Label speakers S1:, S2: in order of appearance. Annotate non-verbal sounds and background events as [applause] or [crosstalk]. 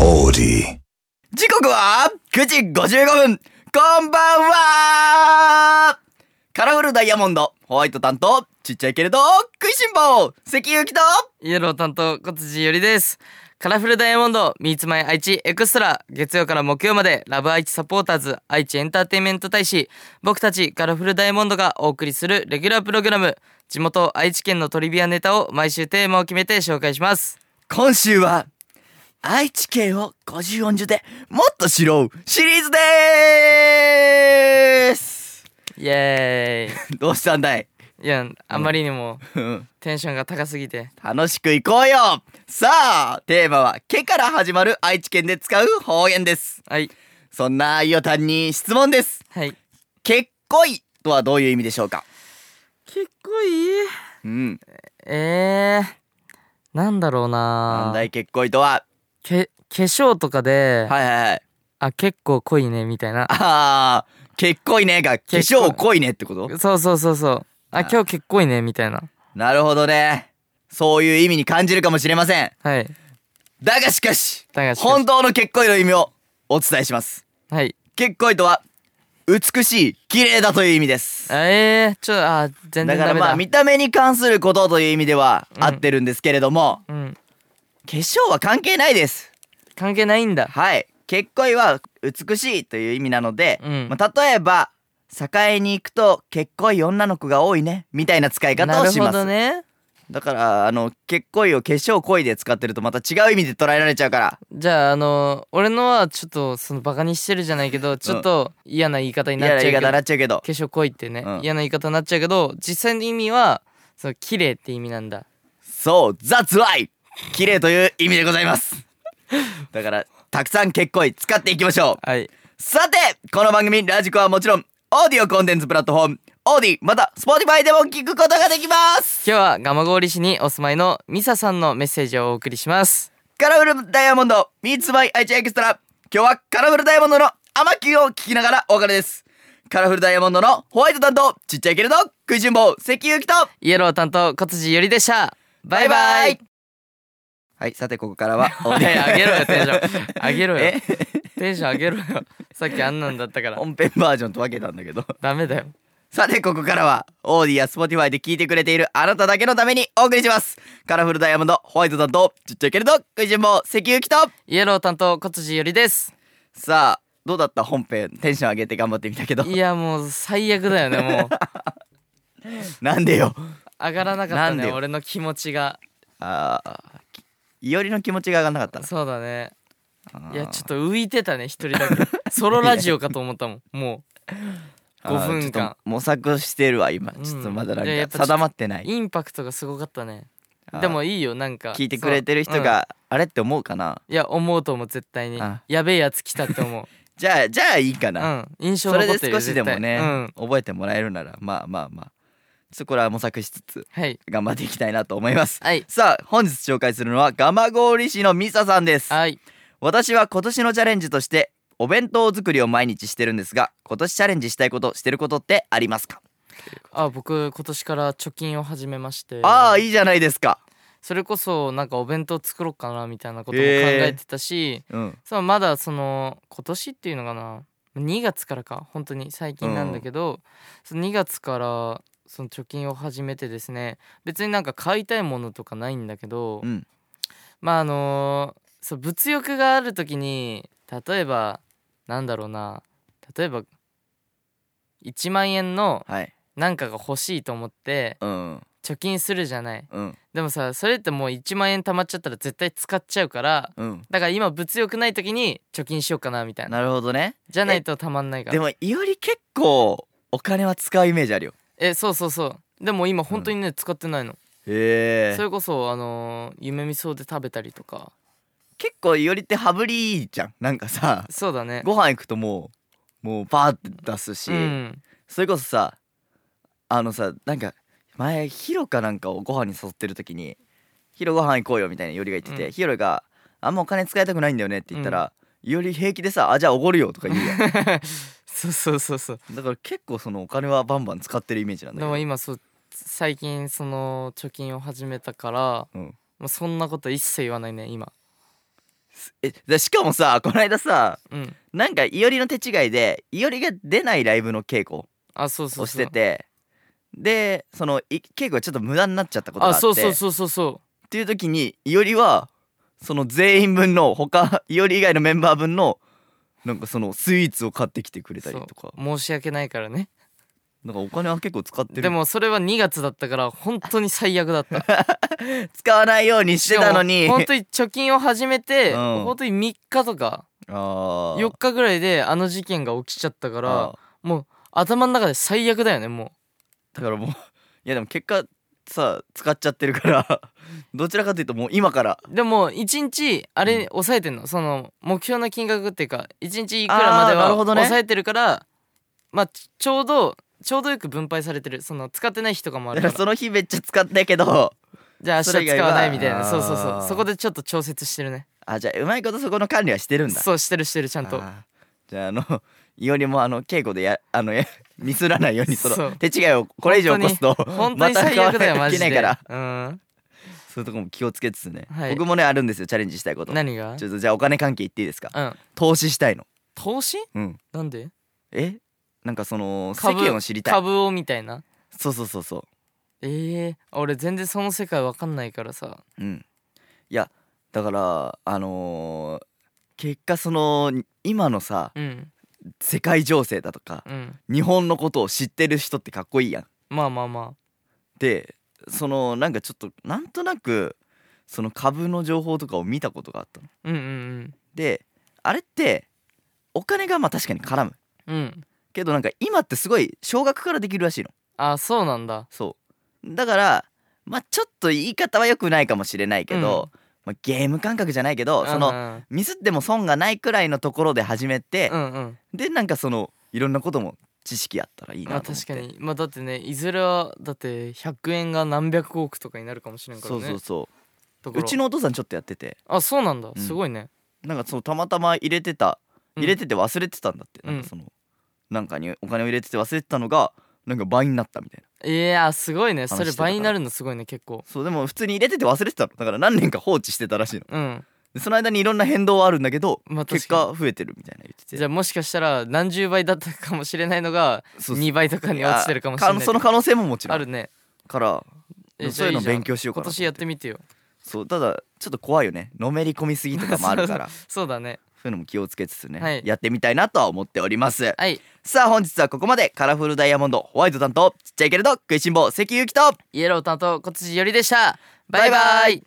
S1: オーデ
S2: 時刻は9時55分こんばんはカラフルダイヤモンドホワイト担当ちっちゃいけれど食いしん坊関ゆきと
S3: イエロー担当小辻よりですカラフルダイヤモンド Meets My 愛知エクストラ月曜から木曜までラブ愛知サポーターズ愛知エンターテインメント大使僕たちカラフルダイヤモンドがお送りするレギュラープログラム地元愛知県のトリビアネタを毎週テーマを決めて紹介します
S2: 今週は愛知県を50音順でもっと知ろうシリーズでーす
S3: イエ
S2: どうしたんだい
S3: ーイいやあまりにも
S2: うん
S3: テンションが高すぎて
S2: 楽しくいこうよさあテーマは「け」から始まる愛知県で使う方言です
S3: はい
S2: そんなイオタンに質問です
S3: はい
S2: 結恋とはどういう意味でしょうか
S3: 結構いい
S2: うん
S3: えーなんだろうな
S2: 三大結恋とは
S3: け化粧とかで、
S2: はいはいはい
S3: あ結構濃いねみたいな
S2: あー結恋ねが化
S3: 結恋
S2: 粧濃いねってこと
S3: そうそうそうそうあ
S2: あ
S3: 今日結構いいねみたいな
S2: なるほどねそういう意味に感じるかもしれません
S3: はい
S2: だがしかし
S3: だがしかし
S2: 本当の結恋の意味をお伝えします
S3: はい
S2: 結恋とは美しい綺麗だという意味です
S3: えー、ちょっとあ全
S2: だ
S3: 然
S2: か
S3: ダ
S2: ら
S3: メだ
S2: まあ見た目に関することという意味では
S3: うん
S2: 合ってるんですけれども、
S3: うん
S2: 化粧は関係ないです
S3: 関係ないんだ
S2: はい結恋は美しいという意味なので、
S3: うん
S2: まあ、例えば境に行くと結恋女の子が多いねみたいな使い方
S3: な
S2: を
S3: る
S2: しま
S3: ほ
S2: す、
S3: どね
S2: だからあの結恋を化粧恋で使ってるとまた違う意味で捉えられちゃうから
S3: じゃああの俺のはちょっとそのバカにしてるじゃないけどちょっと嫌な言い方にな
S2: 嫌
S3: っ
S2: な
S3: ちゃ
S2: 言い
S3: うけど
S2: 方にな
S3: 化
S2: っちゃうけど
S3: 粧濃いってね、
S2: うん
S3: 嫌な言い方になっちゃうけど実際の意味はその綺麗って意味なんだ
S2: そう「that's why」綺麗という意味でございますだからたくさん結恋使っていきましょう
S3: はい
S2: さてこの番組ラジコはもちろんオーディオコンテンツプラットフォームオーディまた Spotify でも聞くことができます
S3: 今日は蒲郡市にお住まいのミサさんのメッセージをお送りします
S2: カラフルダイヤモンド Meets by 愛知エクストラ今日はカラフルダイヤモンドのアマキューを聞きながらお別れですカラフルダイヤモンドのホワイト担当ちっちゃいけれど食いしん坊関ゆきと
S3: イエロー担当小辻よりでしたバイバイ
S2: はいさてここからはお
S3: いやいや上げろよテンション上げろよ
S2: え
S3: テンション上げろよさっきあんなんだっ
S2: [laughs]
S3: たから
S2: 本編バージョンと分けたんだけど
S3: ダメだよ
S2: さてここからはオーディや Spotify で聞いてくれているあなただけのためにお送りしますカラフルダイヤモンドホワイト担当ちっちゃいけれど食いしん坊関ゆきと
S3: イエロー担当小辻よりです
S2: さあどうだった本編テンション上げて頑張ってみたけど
S3: いやもう最悪だよねもう
S2: なんでよ
S3: 上がらなか
S2: な
S3: っ
S2: ん
S3: た
S2: で
S3: ね
S2: よ
S3: 俺の気持ちが
S2: ああいおりの気持ちが上がんなかったな
S3: そうだね
S2: あー
S3: いやちょっと浮いてたね一人だけソロラジオかと思っ
S2: [laughs]
S3: たもんもう
S2: あー
S3: 5分
S2: ちょっと
S3: 間
S2: 模索してるわ今
S3: うん
S2: ちょっとまだなん
S3: いややっ
S2: か
S3: ぱちょっと
S2: 定まってない
S3: インパクトがすごかったね
S2: あー
S3: でもいいよなんか
S2: 聞いてくれてる
S3: そ
S2: 人
S3: ううん
S2: があれって思うかない
S3: や思うと思う絶対に
S2: あ
S3: やべえやつ来たって思う
S2: じゃあじゃあいいか [laughs]
S3: う
S2: なん
S3: 印象
S2: それ
S3: 残
S2: で
S3: ってるよ
S2: 少しでも
S3: 絶対うん
S2: ね覚えてもらえるならまあまあまあちょっとこれは模索しつつ
S3: はい
S2: 頑張っていきたいなと思います
S3: はい
S2: さあ本日紹介するのは蒲郡市のミサさんです
S3: はい
S2: 私は今年のチャレンジとしてお弁当作りを毎日してるんですが今年チャレンジしたいことしてることってありますか
S3: あ僕今年から貯金を始めまして
S2: ああいいじゃないですか
S3: それこそなんかお弁当作ろうかなみたいなことも考
S2: へー
S3: えてたし、
S2: うん
S3: そうまだその今年っていうのかな2月からか本当に最近なんだけど、その2月からその貯金を始めてですね別になんか買いたいものとかないんだけど、
S2: うん
S3: まああのーそう物欲がある時に例えばなんだろうな例えば1万円の
S2: はい
S3: なんかが欲しいと思って
S2: うん
S3: 貯金するじゃない
S2: うん
S3: でもさそれってもう1万円貯まっちゃったら絶対使っちゃうから
S2: うん
S3: だから今物欲ない時に貯金しようかなみたいな
S2: なるほどね
S3: じゃないと貯まんないか
S2: で
S3: ら
S2: もいおり結構お金は使うイメージあるよ
S3: えそうそうそうでも今本当にね、使ってないの
S2: へ
S3: それこそあのー夢見そうで食べたりとか
S2: 結構いおりって羽振りいいじゃんなんかさ
S3: そうだね
S2: ご飯行くともうもうバーって出すし、
S3: うん
S2: それこそさあのさなんか前ヒロかなんかをご飯に誘ってる時に「ヒロご飯行こうよ」みたいなよりが言ってて、
S3: うん
S2: ヒロが「あんまお金使いたくないんだよね」って言ったら、いおり平気でさ「あじゃあおごるよ」とか言うやん
S3: そうそうそうそう [laughs]
S2: だから結構そのお金はバンバン使ってるイメージなんだ
S3: で
S2: けど
S3: も今そう最近その貯金を始めたから、
S2: うん
S3: もうそんなこと一切言わないね今
S2: えでしかもさこの間さ
S3: うん
S2: なんかいおりの手違いでいおりが出ないライブの稽古
S3: あそうそうそう
S2: をしててでそのい稽古がちょっと無駄になっちゃったことがあって
S3: あそうそうそうそうそ
S2: っていう時にいおりはその全員分の他 [laughs] いおり以外のメンバー分のなんかそのスイーツを買ってきてくれ
S3: う
S2: たりとか
S3: そう申し訳ないからね
S2: なんかお金は結構使ってる
S3: でもそれは2月だったから本当に最悪だった
S2: 使わないようにしてたのに
S3: しかも本当に貯金を始めて、
S2: うん
S3: 本当に3日とか
S2: あー
S3: 4日ぐらいであの事件が起きちゃったから
S2: あー
S3: もう頭の中で最悪だよねも
S2: だからもうい [laughs] やでも結果さ使っちゃってるから [laughs] どちらかというともう今から
S3: うでも1日あ
S2: う
S3: れ
S2: ん
S3: 抑えてんのその目標の金額っていうか1日いく
S2: あ
S3: ら
S2: ー
S3: まで
S2: な
S3: は
S2: るほどね
S3: 抑えてるからまあちちょうどちょうどよく分配されてるその使ってない日とかもあ
S2: だ
S3: る
S2: か
S3: か
S2: そ
S3: らら
S2: の日めっちゃ使ったけど
S3: じゃあ
S2: そ
S3: 明
S2: れ以外
S3: 日使
S2: は
S3: わないみたいな
S2: あー
S3: そうそうそうそこでちょっと調節してるね
S2: あじゃあうまいことそこの管理はしてるんだ
S3: そうしてるしてるちゃんと
S2: あーじゃああの [laughs] いおりもあの稽古でや [laughs] あのやミスらないようにその
S3: そう
S2: 手違いを [laughs] これ以上起こすと
S3: 本当
S2: ま
S3: に [laughs]
S2: た
S3: 最悪だよ
S2: 買わ
S3: マ
S2: なきゃい
S3: ジ
S2: けな
S3: で
S2: いから
S3: うん
S2: そういうとこも気をつけつつね、
S3: はい
S2: 僕もねあるんですよチャレンジしたいこと
S3: 何が
S2: ちょっとじゃあお金関係言っていいですか
S3: うん
S2: 投資したいの
S3: 投資
S2: うん
S3: なんで
S2: えなんかその世
S3: 株
S2: 間を知りたい
S3: 株をみたいな
S2: そうそうそうそ
S3: ええ俺全然その世界わかんないからさ
S2: ううんいやだからあのー結果その今のさ
S3: うん
S2: 世界情勢だとか
S3: うん
S2: 日本のことを知ってる人ってかっこいいやん
S3: まあまあま
S2: でそのなんかちょっとなんとなくその株の情報とかを見たことがあったの。
S3: あうんうん
S2: であれってお金がまあ確かに絡む
S3: うんうん
S2: けどなんか今ってすごい少額からできるらしいの
S3: あそうなんだ
S2: そうだからまあちょっと言い方は良くないかもしれないけど、まあ、ゲーム感覚じゃないけどその
S3: の
S2: ミスっても損がないくらいのところで始めて
S3: う、んうん
S2: でなんかそのいろんなことも知識あったらいい
S3: ま
S2: な
S3: あ
S2: と思っ
S3: 確
S2: て、
S3: かにまあだってねいずれはだって100円が何百億とかになるかもしれんから
S2: そう
S3: ね
S2: そうそ
S3: だか
S2: う
S3: ら
S2: うちのお父さんちょっとやってて
S3: あそうなんだ
S2: ん
S3: すごいね
S2: なんかそうたまたま入れてた
S3: うん
S2: 入れてて忘れてたんだって、
S3: うん
S2: なんかそのなんかにお金を入れてて忘れてたのがなんか倍になったみたいない
S3: やーすごいね
S2: 話
S3: それ
S2: してたから
S3: 倍になるのすごいね結構
S2: そうでも普通に入れてて忘れてたのだから何年か放置してたらしいの
S3: うん
S2: でその間にいろんな変動はあるんだけど、
S3: まあ
S2: 結
S3: 確か
S2: 果増えてるみたいな言ってて
S3: じゃあもしかしたら何十倍だったかもしれないのが
S2: そうそう
S3: 2倍とかに落ちてるかもしれ
S2: い
S3: な
S2: や
S3: い
S2: その可能性ももちろ
S3: あ
S2: ん
S3: るね
S2: から
S3: え
S2: そういうの
S3: じゃあじゃん
S2: 勉強しようかな
S3: 今年やってみてよ
S2: そうただちょっと怖いよねのめり込みすぎとかもあるからそ
S3: [laughs] そうだね
S2: ういうのも気をつけつつね、
S3: はい
S2: やってみたいなとは思っております、
S3: はい
S2: さあ本日はここまでカラフルダイヤモンドホワイト担当ちっちゃいけれど食いしん坊関ゆきと
S3: イエロー担当小辻よりでしたバイバイ